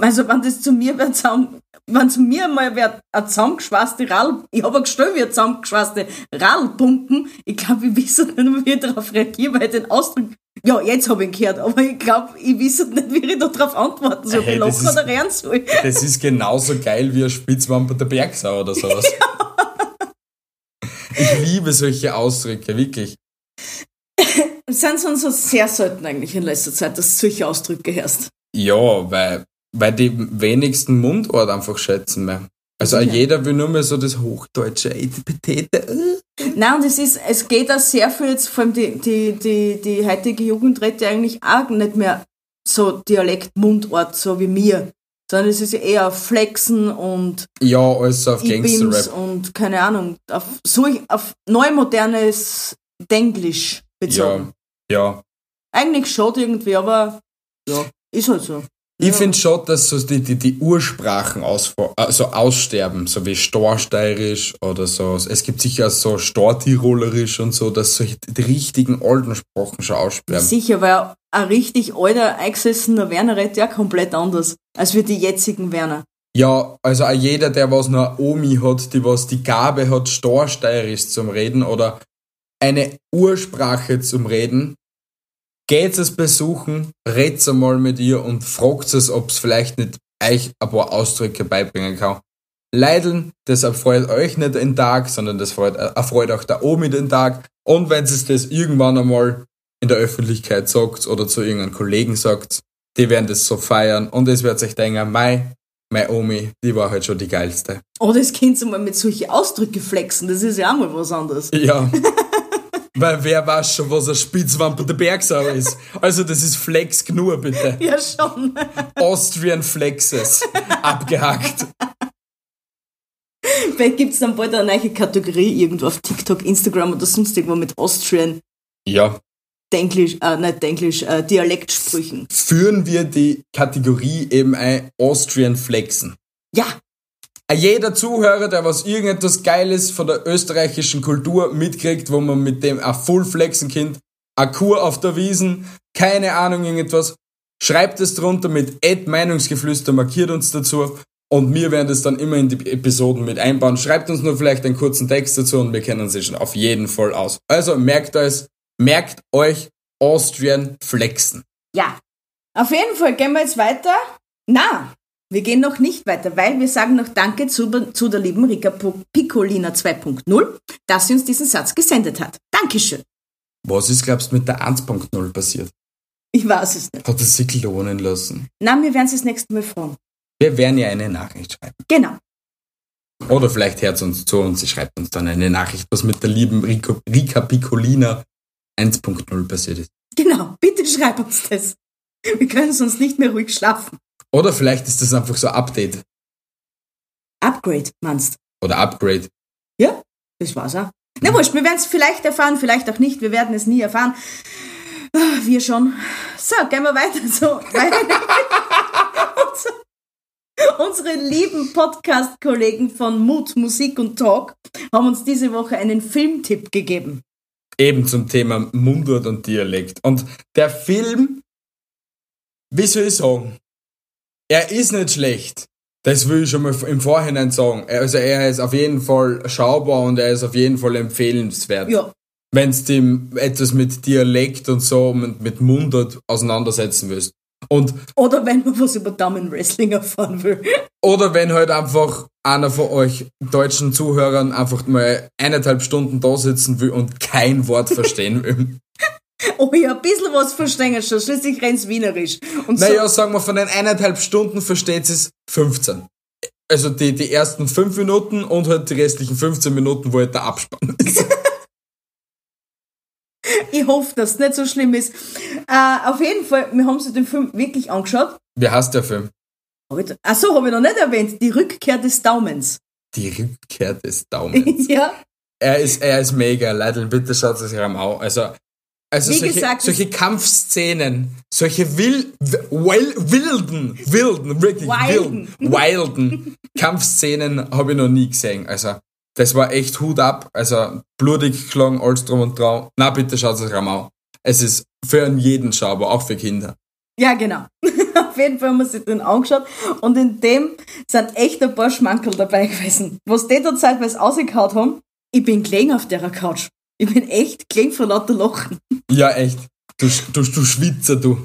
B: Also, wenn das zu mir wer zusammen, wenn zu mir mal wer eine zusammengeschweißte Rall, ich habe gestellt, wie eine zusammengeschweißte Rallpumpen, ich glaube, ich wisse nicht, mehr, wie ich darauf reagiere, weil ich den Ausdruck, ja, jetzt habe ich ihn gehört, aber ich glaube, ich wisse nicht, wie ich darauf antworten soll,
A: Hey,
B: hey,
A: das
B: lachen
A: ist-
B: oder rennen soll.
A: Das ist genauso geil wie ein Spitzmann bei der Bergsau oder sowas. Ich liebe solche Ausdrücke, wirklich.
B: sind sonst so sehr selten eigentlich in letzter Zeit, dass du solche Ausdrücke hörst.
A: Ja, weil, weil die wenigsten Mundort einfach schätzen mehr. Also
B: Sicher.
A: jeder will nur mehr so das Hochdeutsche. ey, die Petete, äh.
B: Nein, und es ist, es geht auch sehr viel jetzt, vor allem die, die, die, die heutige Jugend redet ja eigentlich auch nicht mehr so Dialekt, Mundart, so wie mir. Sondern es ist ja eher auf Flexen und
A: Ja, alles so auf
B: E-Bims
A: Gangster-Rap.
B: und keine Ahnung, auf, solch, auf neumodernes Denglisch bezogen.
A: Ja, ja.
B: Eigentlich schon irgendwie, aber ja, ist halt so.
A: Ich finde schon, dass so die, die, die Ursprachen aus, also aussterben, so wie Storsteirisch oder so. Es gibt sicher so Stortirolerisch und so, dass solche die richtigen alten Sprachen schon aussterben.
B: Sicher, weil ein richtig alter, eingesessener Werner redet ja komplett anders, als wir die jetzigen Werner.
A: Ja, also auch jeder, der was noch eine Omi hat, die was die Gabe hat, Storsteirisch zum Reden oder eine Ursprache zum Reden, geht es besuchen, redet einmal mit ihr und fragt es, ob es vielleicht nicht euch ein paar Ausdrücke beibringen kann. Leideln, das erfreut euch nicht den Tag, sondern das freut, erfreut auch der Omi den Tag. Und wenn es das irgendwann einmal in der Öffentlichkeit sagt oder zu irgendeinem Kollegen sagt, die werden das so feiern und es wird sich denken, mei, meine Omi, die war halt schon die geilste.
B: Oder Oh, das Kind mal mit solchen Ausdrücken flexen, das ist ja auch mal was anderes.
A: Ja. Weil wer weiß schon, was ein Spitzwampe der Bergsau ist. Also das ist Flex genug, bitte.
B: Ja, schon.
A: Austrian Flexes. Abgehackt.
B: Vielleicht gibt's dann bald eine neue Kategorie irgendwo auf TikTok, Instagram oder sonst irgendwo mit Austrian
A: Ja.
B: Denglisch, äh, nicht Denglisch, äh, Dialektsprüchen.
A: Führen wir die Kategorie eben ein Austrian Flexen.
B: Ja,
A: Jeder Zuhörer, der was irgendetwas Geiles von der österreichischen Kultur mitkriegt, wo man mit dem ein Full Flexen Kind, eine Kur auf der Wiesen, keine Ahnung irgendwas, schreibt es drunter mit Ad Meinungsgeflüster, markiert uns dazu und wir werden das dann immer in die Episoden mit einbauen. Schreibt uns nur vielleicht einen kurzen Text dazu und wir kennen sie schon auf jeden Fall aus. Also merkt euch, merkt euch Austrian Flexen.
B: ja. Auf jeden Fall gehen wir jetzt weiter. Na, wir gehen noch nicht weiter, weil wir sagen noch Danke zu, zu der lieben Rika Pu- Piccolina 2.0, dass sie uns diesen Satz gesendet hat. Dankeschön.
A: Was ist, glaubst du, mit der 1.0 passiert?
B: Ich weiß es nicht.
A: Hat es sich lohnen lassen?
B: Na, wir werden es das nächste Mal fragen.
A: Wir werden ja eine Nachricht schreiben.
B: Genau.
A: Oder vielleicht hört sie uns zu und sie schreibt uns dann eine Nachricht, was mit der lieben Rico, Rika Piccolina 1.0 passiert ist.
B: Genau, bitte schreib uns das. Wir können sonst nicht mehr ruhig schlafen.
A: Oder vielleicht ist das einfach so ein Update
B: Upgrade, meinst
A: oder Upgrade.
B: Ja, das war's auch. Na wurscht, wir werden es vielleicht erfahren, vielleicht auch nicht. Wir werden es nie erfahren. Ah, Wir schon. So, gehen wir weiter. So, Unsere- Unsere lieben Podcast-Kollegen von Mut, Musik und Talk haben uns diese Woche einen Filmtipp gegeben.
A: Eben zum Thema Mundart und Dialekt. Und der Film, wie soll ich sagen, er ist nicht schlecht. Das will ich schon mal im Vorhinein sagen. Also er ist auf jeden Fall schaubar und er ist auf jeden Fall empfehlenswert.
B: Ja,
A: wenn's dem etwas mit Dialekt und so und mit Mundart auseinandersetzen willst. Und,
B: oder wenn man was über Damen Wrestling erfahren will.
A: oder wenn halt einfach einer von euch deutschen Zuhörern einfach mal eineinhalb Stunden da sitzen will und kein Wort verstehen will.
B: Oh ja, ein bisschen was verstehen schon. Schließlich rennt's Wienerisch. Und so,
A: Naja, sagen wir, von den eineinhalb Stunden versteht es 15. Also die, die ersten fünf Minuten und halt die restlichen 15 Minuten, wo halt der Abspann ist.
B: Ich hoffe, dass es nicht so schlimm ist. Äh, auf jeden Fall, wir haben sie den Film wirklich angeschaut.
A: Wie heißt der Film?
B: Hab ich, ach so, habe ich noch nicht erwähnt. Die Rückkehr des Daumens.
A: Die Rückkehr des Daumens.
B: ja.
A: Er ist, er ist mega. Leute, bitte schaut es euch am Au. Also, also
B: Wie
A: solche,
B: gesagt,
A: solche Kampfszenen, solche will, will, wilden, wilden, wirklich wilden,
B: Wilden.
A: wilden Kampfszenen habe ich noch nie gesehen. Also, das war echt Hut ab. Also, blutig klang, alles drum und dran. Na, bitte schaut es euch am Au. Es ist für jeden schaubar, auch für Kinder.
B: Ja, genau. Auf jeden Fall haben wir sie drin angeschaut und in dem sind echt ein paar Schmankerl dabei gewesen. Was die da zeitweise rausgehauen haben, ich bin gelegen auf der Couch. Ich bin echt gelegen vor lauter Lachen.
A: Ja, echt. Du, Sch- du, du Schwitzer, du.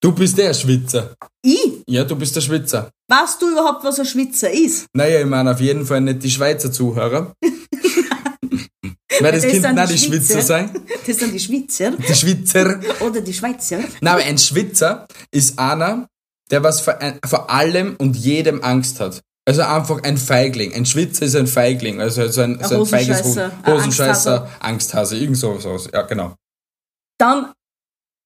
A: Du bist der Schwitzer.
B: Ich?
A: Ja, du bist der Schwitzer.
B: Weißt du überhaupt, was ein Schwitzer ist?
A: Naja, ich meine auf jeden Fall nicht die Schweizer Zuhörer. Weil das,
B: Das
A: Kind
B: sind
A: nicht
B: die
A: die Schwitzer
B: Schweizer.
A: sein.
B: Das sind die Schwitzer
A: Die Schwitzer.
B: oder die Schweizer.
A: Nein, aber ein Schwitzer ist einer, der was vor, ein- vor allem und jedem Angst hat. Also einfach ein Feigling. Ein Schwitzer ist ein Feigling. Also so ein, so ein feiges
B: Hosenscheißer,
A: Hund.
B: ein
A: Hosenscheißer, Angsthase, irgend sowas. Ja, genau.
B: Dann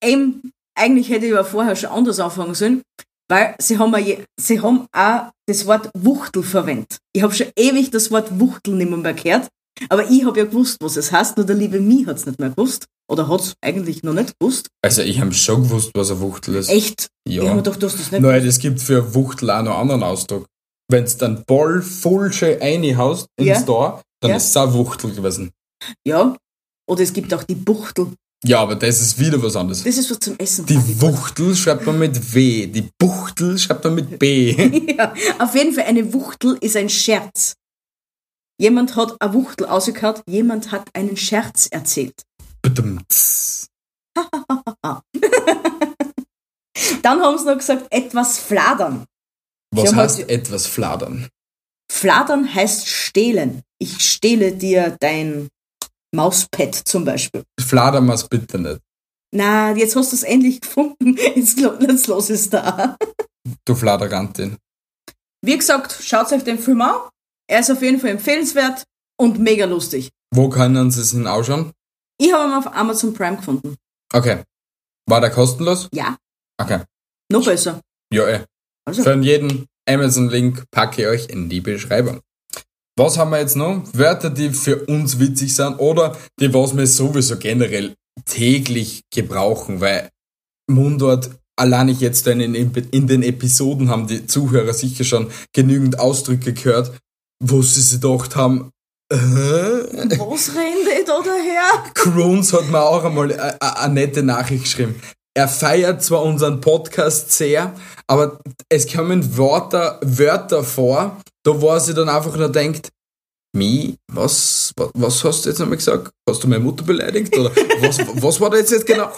B: eben eigentlich hätte ich aber vorher schon anders anfangen sollen, weil sie haben, auch je, sie haben auch das Wort Wuchtel verwendet. Ich habe schon ewig das Wort Wuchtel nicht mehr, mehr gehört, aber ich habe ja gewusst, was es heißt, nur der liebe Mi hat es nicht mehr gewusst. Oder hat es eigentlich noch nicht gewusst.
A: Also ich habe schon gewusst, was ein Wuchtel ist.
B: Echt?
A: Ja.
B: Ich habe gedacht, du hast das nicht
A: Nein, das gibt für Wuchtel auch noch einen anderen Ausdruck. Wenn du dann voll voll schön reinhaust ins
B: Ja.
A: Tor, dann
B: Ja.
A: ist es auch Wuchtel gewesen.
B: Ja. Oder es gibt auch die Buchtel.
A: Ja, aber das ist wieder was anderes.
B: Das ist was zum Essen.
A: Die Wuchtel schreibt man mit W, die Buchtel schreibt man mit B.
B: ja. Auf jeden Fall, eine Wuchtel ist ein Scherz. Jemand hat eine Wuchtel ausgekaut, jemand hat einen Scherz erzählt.
A: Bedumts.
B: Dann haben sie noch gesagt, etwas fladern.
A: Was
B: Ja,
A: heißt
B: heute-
A: etwas fladern?
B: Fladern heißt stehlen. Ich stehle dir dein Mauspad zum Beispiel.
A: Fladern wir bitte nicht.
B: Na, jetzt hast du es endlich gefunden. Jetzt, lo- jetzt los ist da.
A: Du Fladerantin.
B: Wie gesagt, schaut euch den Film an. Er ist auf jeden Fall empfehlenswert und mega lustig.
A: Wo können Sie es denn ausschauen?
B: Ich habe ihn auf Amazon Prime gefunden.
A: Okay. War der kostenlos?
B: Ja,
A: Okay.
B: noch besser.
A: Ja, eh.
B: Also.
A: Für jeden Amazon-Link packe ich euch in die Beschreibung. Was haben wir jetzt noch? Wörter, die für uns witzig sind oder die, was wir sowieso generell täglich gebrauchen, weil Mundart, allein ich jetzt in, den- in den Episoden haben die Zuhörer sicher schon genügend Ausdrücke gehört, wo sie sich gedacht haben, äh,
B: Was redet oder her?
A: Croons hat mir auch einmal eine- eine eine nette Nachricht geschrieben. Er feiert zwar unseren Podcast sehr, aber es kommen Wörter, Wörter vor, da wo er sich dann einfach nur denkt, Mi, was, was, was hast du jetzt nochmal gesagt? Hast du meine Mutter beleidigt? Oder was, was war da jetzt, jetzt genau?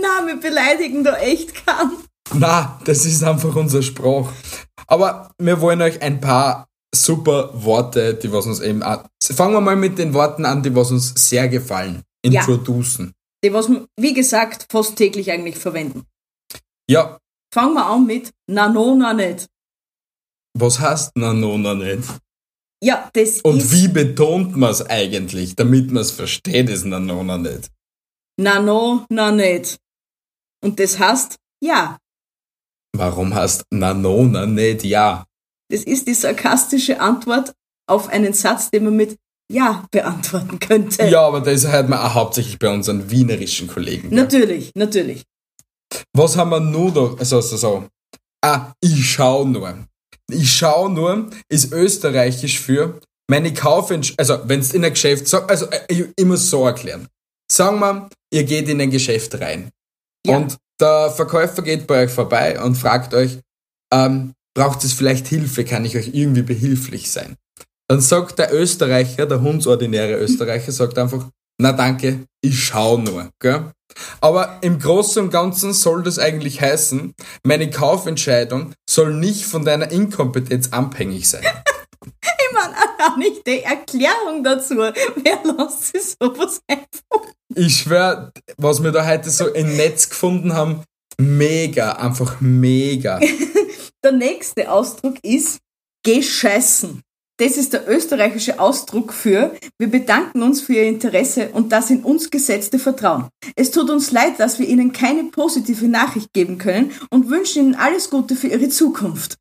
B: Na, wir beleidigen da echt keinen.
A: Na, das ist einfach unser Spruch. Aber wir wollen euch ein paar super Worte, die was uns eben. an- Fangen wir mal mit den Worten an, die was uns sehr gefallen.
B: Ja.
A: Introducen.
B: Die was wir, wie gesagt, fast täglich eigentlich verwenden.
A: ja,
B: Fangen wir an mit Na no, na nicht.
A: Was heißt Nanona nicht?
B: Ja, das
A: Und
B: ist
A: wie betont man es eigentlich, damit man es versteht, ist Nanona nicht?
B: Na no, na nicht. Und das heißt Ja.
A: Warum heißt Nanona nicht ja?
B: Das ist die sarkastische Antwort auf einen Satz, den man mit Ja beantworten könnte.
A: Ja, aber das hört man auch hauptsächlich bei unseren wienerischen Kollegen.
B: Natürlich, natürlich.
A: Was haben wir nur da? Also, so, so. Ah, ich schau nur. Ich schau nur ist österreichisch für meine Kaufentscheidung. Also, wenn es in ein Geschäft sagt, also äh, ich, ich muss so erklären. Sagen wir, ihr geht in ein Geschäft rein.
B: Ja.
A: Und der Verkäufer geht bei euch vorbei und fragt euch, ähm, braucht es vielleicht Hilfe? Kann ich euch irgendwie behilflich sein? Dann sagt der Österreicher, der hundsordinäre Österreicher, sagt einfach, na danke, ich schau nur. Gell? Aber im Großen und Ganzen soll das eigentlich heißen, meine Kaufentscheidung soll nicht von deiner Inkompetenz abhängig sein.
B: Ich meine, auch nicht die Erklärung dazu. Wer lässt sich sowas einfach?
A: Ich schwör, was wir da heute so im Netz gefunden haben, mega, einfach mega.
B: Der nächste Ausdruck ist gescheißen. Das ist der österreichische Ausdruck für wir bedanken uns für Ihr Interesse und das in uns gesetzte Vertrauen. Es tut uns leid, dass wir Ihnen keine positive Nachricht geben können und wünschen Ihnen alles Gute für Ihre Zukunft.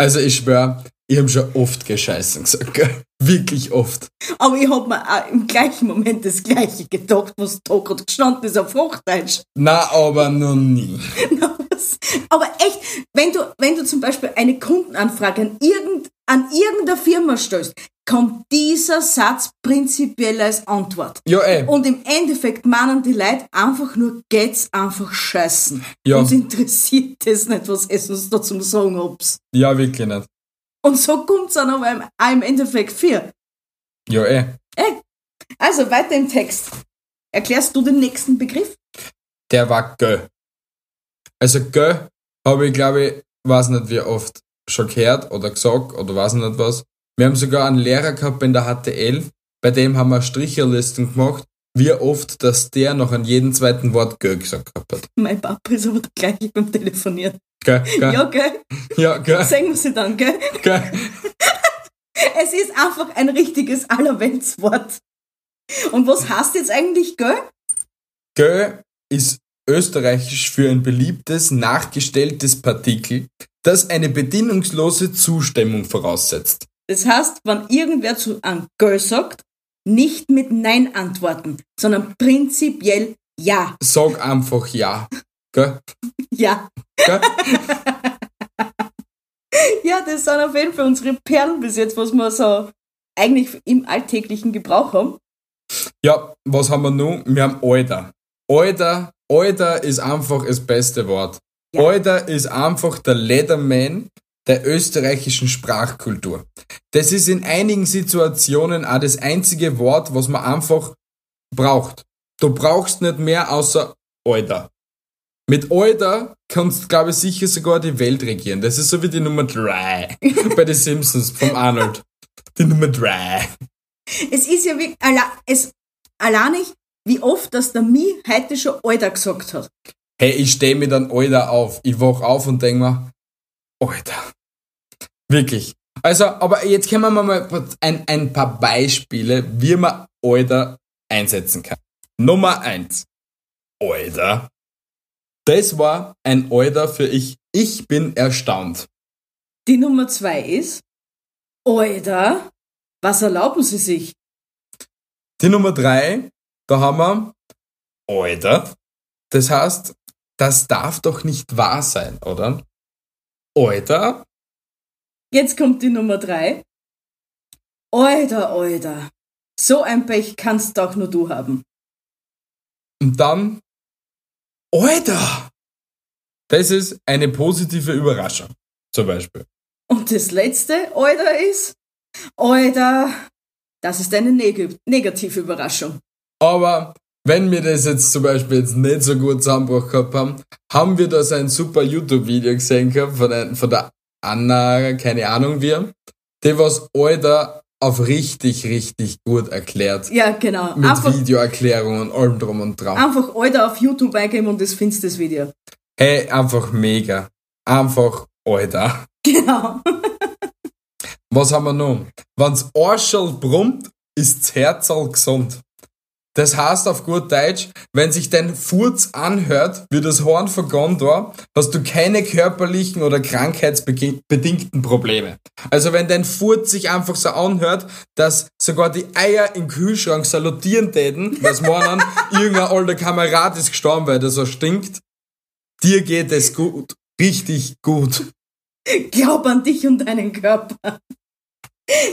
A: Also ich schwör, ich habe schon oft gescheißen gesagt, gell? wirklich oft.
B: Aber ich hab mir auch im gleichen Moment das Gleiche gedacht, was da gerade gestanden ist auf Hochdeutsch.
A: Na, aber noch nie.
B: Aber echt, wenn du, wenn du zum Beispiel eine Kundenanfrage an, irgend, an irgendeiner Firma stellst, kommt dieser Satz prinzipiell als Antwort.
A: Ja, eh. ey.
B: Und im Endeffekt meinen die Leute einfach nur, geht's einfach scheißen.
A: Ja.
B: Uns interessiert das nicht, was es uns da zum Sagen hab's.
A: Ja, wirklich nicht.
B: Und so kommt's dann aber im, auch im Endeffekt vier.
A: Ja, eh. ey.
B: Also weiter im Text. Erklärst du den nächsten Begriff?
A: der war gö. Also gö habe ich, glaube ich, weiß nicht wie oft schon gehört oder gesagt oder weiß nicht was. Wir haben sogar einen Lehrer gehabt in der HTL, bei dem haben wir Stricherlisten gemacht, wie oft, dass der noch an jedem zweiten Wort gö gesagt gehabt hat.
B: Mein Papa ist aber der gleiche beim Telefonieren.
A: Gö, gö,
B: Ja,
A: ja,
B: gell?
A: gö,
B: Sagen wir sie dann, gell?
A: gö.
B: Es ist einfach ein richtiges Allerweltswort. Und was heißt jetzt eigentlich, gell?
A: Gö ist Österreichisch für ein beliebtes, nachgestelltes Partikel, das eine bedingungslose Zustimmung voraussetzt.
B: Das heißt, wenn irgendwer zu einem Girl sagt, nicht mit Nein antworten, sondern prinzipiell Ja.
A: Sag einfach ja. Gell?
B: Ja.
A: Gell?
B: Ja, das sind auf jeden Fall unsere Perlen bis jetzt, was wir so eigentlich im alltäglichen Gebrauch haben.
A: Ja, was haben wir nun? Wir haben Alter. Alter, Alter ist einfach das beste Wort.
B: Ja.
A: Alter ist einfach der Leatherman der österreichischen Sprachkultur. Das ist in einigen Situationen auch das einzige Wort, was man einfach braucht. Du brauchst nicht mehr außer Alter. Mit Alter kannst, glaube ich, sicher sogar die Welt regieren. Das ist so wie die Nummer 3 bei den Simpsons vom Arnold. Die Nummer 3.
B: Es ist ja wirklich, alla, es, allein nicht, wie oft das der Mi heute schon Alter gesagt hat.
A: Hey, ich stehe mit einem Alter auf. Ich wach auf und denk mir, Alter. Wirklich. Also, aber jetzt können wir mal ein, ein paar Beispiele, wie man Alter einsetzen kann. Nummer eins, Alter. Das war ein Alter für ich. Ich bin erstaunt.
B: Die Nummer zwei ist, Alter, was erlauben Sie sich?
A: Die Nummer drei, da haben wir Alter. Das heißt, das darf doch nicht wahr sein, oder? Alter,
B: Jetzt kommt die Nummer drei. Alter, Alter, so ein Pech kannst doch nur du haben.
A: Und dann, Alter! Das ist eine positive Überraschung, zum Beispiel.
B: Und das letzte Alter ist, Alter, das ist eine neg negative Überraschung.
A: Aber wenn wir das jetzt zum Beispiel jetzt nicht so gut zusammengebracht gehabt haben, haben wir da so ein super YouTube-Video gesehen gehabt von, ein, von der Anna, keine Ahnung wir, die was Alter auf richtig, richtig gut erklärt.
B: Ja, genau.
A: Mit
B: Einfach,
A: Videoerklärungen und allem drum und dran.
B: einfach Alter auf YouTube eingeben und das findest das Video.
A: Hey, Äh, einfach mega. Einfach Alter.
B: Genau.
A: Was haben wir noch? Wenn's Arschel brummt, ist's Herzl gesund. Das heißt auf gut Deutsch, wenn sich dein Furz anhört, wie das Horn von Gondor, hast du keine körperlichen oder krankheitsbedingten Probleme. Also wenn dein Furz sich einfach so anhört, dass sogar die Eier im Kühlschrank salutieren täten, was morgen irgendein alter Kamerad ist gestorben, weil der so stinkt, dir geht es gut. Richtig gut.
B: Glaub an dich und deinen Körper.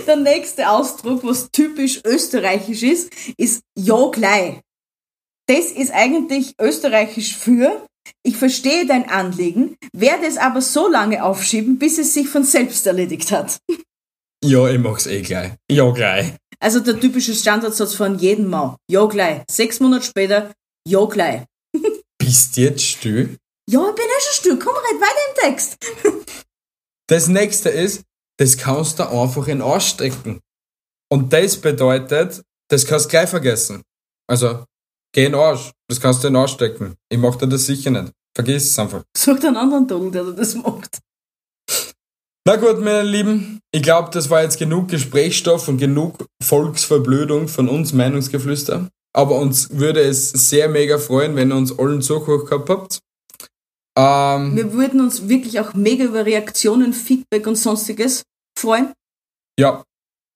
B: Der nächste Ausdruck, was typisch österreichisch ist, ist ja gleich. Das ist eigentlich österreichisch für ich verstehe dein Anliegen, werde es aber so lange aufschieben, bis es sich von selbst erledigt hat.
A: Ja, ich mach's eh gleich. Ja, gleich.
B: Also der typische Standardsatz von jedem Mann. Ja gleich. Sechs Monate später, ja gleich.
A: Bist jetzt still?
B: Ja, ich bin eh schon still. Komm, red weiter im Text.
A: Das nächste ist, das kannst du einfach in den Arsch stecken. Und das bedeutet, das kannst du gleich vergessen. Also, geh in den Arsch. Das kannst du in den Arsch stecken. Ich mach dir das sicher nicht. Vergiss es einfach.
B: Such einen anderen Todel, der dir das macht.
A: Na gut, meine Lieben, ich glaube, das war jetzt genug Gesprächsstoff und genug Volksverblödung von uns Meinungsgeflüster. Aber uns würde es sehr mega freuen, wenn ihr uns allen Zuhörer gehabt habt. Ähm,
B: Wir würden uns wirklich auch mega über Reaktionen, Feedback und sonstiges freuen.
A: Ja.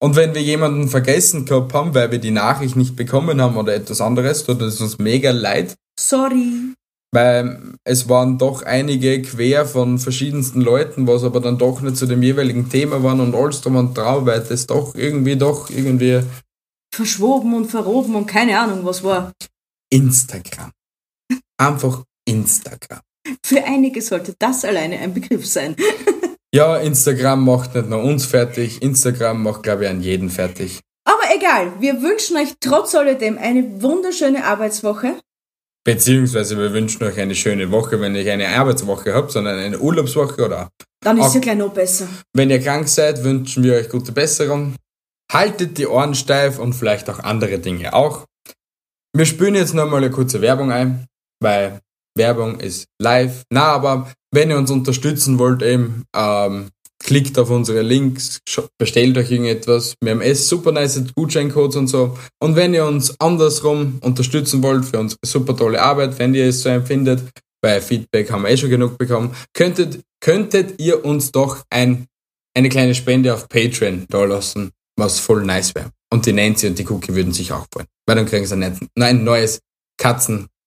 A: Und wenn wir jemanden vergessen gehabt haben, weil wir die Nachricht nicht bekommen haben oder etwas anderes, tut es uns mega leid,
B: Sorry.
A: weil es waren doch einige quer von verschiedensten Leuten, was aber dann doch nicht zu dem jeweiligen Thema waren und alles drum und dran, weil das doch irgendwie, doch irgendwie
B: Verschwoben und verroben und keine Ahnung, was war.
A: Instagram. Einfach Instagram.
B: Für einige sollte das alleine ein Begriff sein.
A: Ja, Instagram macht nicht nur uns fertig, Instagram macht, glaube ich, an jeden fertig.
B: Aber egal, wir wünschen euch trotz alledem eine wunderschöne Arbeitswoche.
A: Beziehungsweise wir wünschen euch eine schöne Woche, wenn ihr keine Arbeitswoche habt, sondern eine Urlaubswoche oder
B: Dann ist ja
A: Auch-
B: gleich noch besser.
A: Wenn ihr krank seid, wünschen wir euch gute Besserung. Haltet die Ohren steif und vielleicht auch andere Dinge auch. Wir spülen jetzt nochmal eine kurze Werbung ein, weil Werbung ist live. Na, aber wenn ihr uns unterstützen wollt, eben, ähm, Klickt auf unsere Links, bestellt euch irgendetwas. Wir haben echt super nice Gutscheincodes und so. Und wenn ihr uns andersrum unterstützen wollt für unsere super tolle Arbeit, wenn ihr es so empfindet, bei Feedback haben wir eh schon genug bekommen, könntet, könntet ihr uns doch ein, eine kleine Spende auf Patreon dalassen, was voll nice wäre. Und die Nancy und die Cookie würden sich auch freuen. Weil dann kriegen sie ein, netten- nein, ein neues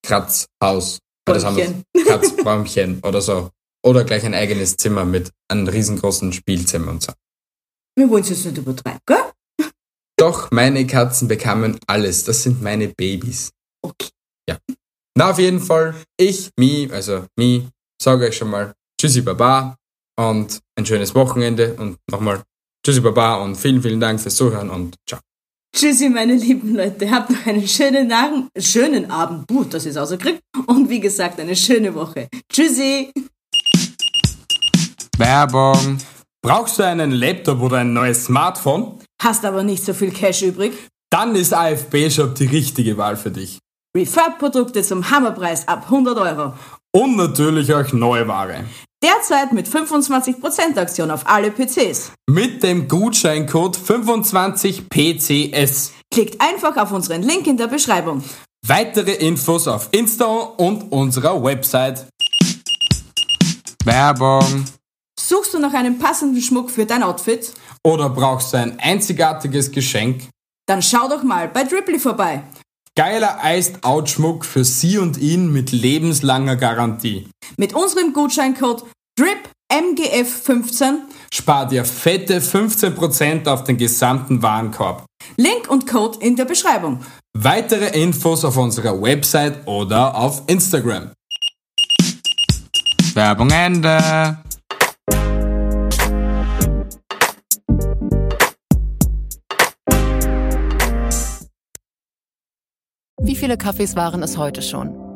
A: Katzenkratzhaus. Weil Das haben wir Katzbäumchen oder so. Oder gleich ein eigenes Zimmer mit einem riesengroßen Spielzimmer und so.
B: Wir wollen es jetzt nicht übertreiben, gell?
A: Doch meine Katzen bekamen alles. Das sind meine Babys.
B: Okay.
A: Ja. Na, auf jeden Fall, ich, Mi, also Mi, sage euch schon mal Tschüssi Baba und ein schönes Wochenende und nochmal Tschüssi Baba und vielen, vielen Dank fürs Zuhören und ciao.
B: Tschüssi, meine lieben Leute. Habt noch einen schönen, Nagen, schönen Abend. Buh, das ist ausgekriegt. Und wie gesagt, eine schöne Woche. Tschüssi.
A: Werbung. Brauchst du einen Laptop oder ein neues Smartphone?
B: Hast aber nicht so viel Cash übrig?
A: Dann ist AFB Shop die richtige Wahl für dich.
B: Refurb-Produkte zum Hammerpreis ab 100 Euro.
A: Und natürlich auch Neuware.
B: Derzeit mit 25% Aktion auf alle PCs.
A: Mit dem Gutscheincode 25PCS.
B: Klickt einfach auf unseren Link in der Beschreibung.
A: Weitere Infos auf Insta und unserer Website. Werbung.
B: Suchst du noch einen passenden Schmuck für dein Outfit?
A: Oder brauchst du ein einzigartiges Geschenk?
B: Dann schau doch mal bei Dripply vorbei.
A: Geiler Iced-Out-Schmuck für Sie und ihn mit lebenslanger Garantie.
B: Mit unserem Gutscheincode DRIPMGF15
A: Spar dir fette 15% auf den gesamten Warenkorb.
B: Link und Code in der Beschreibung.
A: Weitere Infos auf unserer Website oder auf Instagram. Werbung Ende.
C: Wie viele Kaffees waren es heute schon?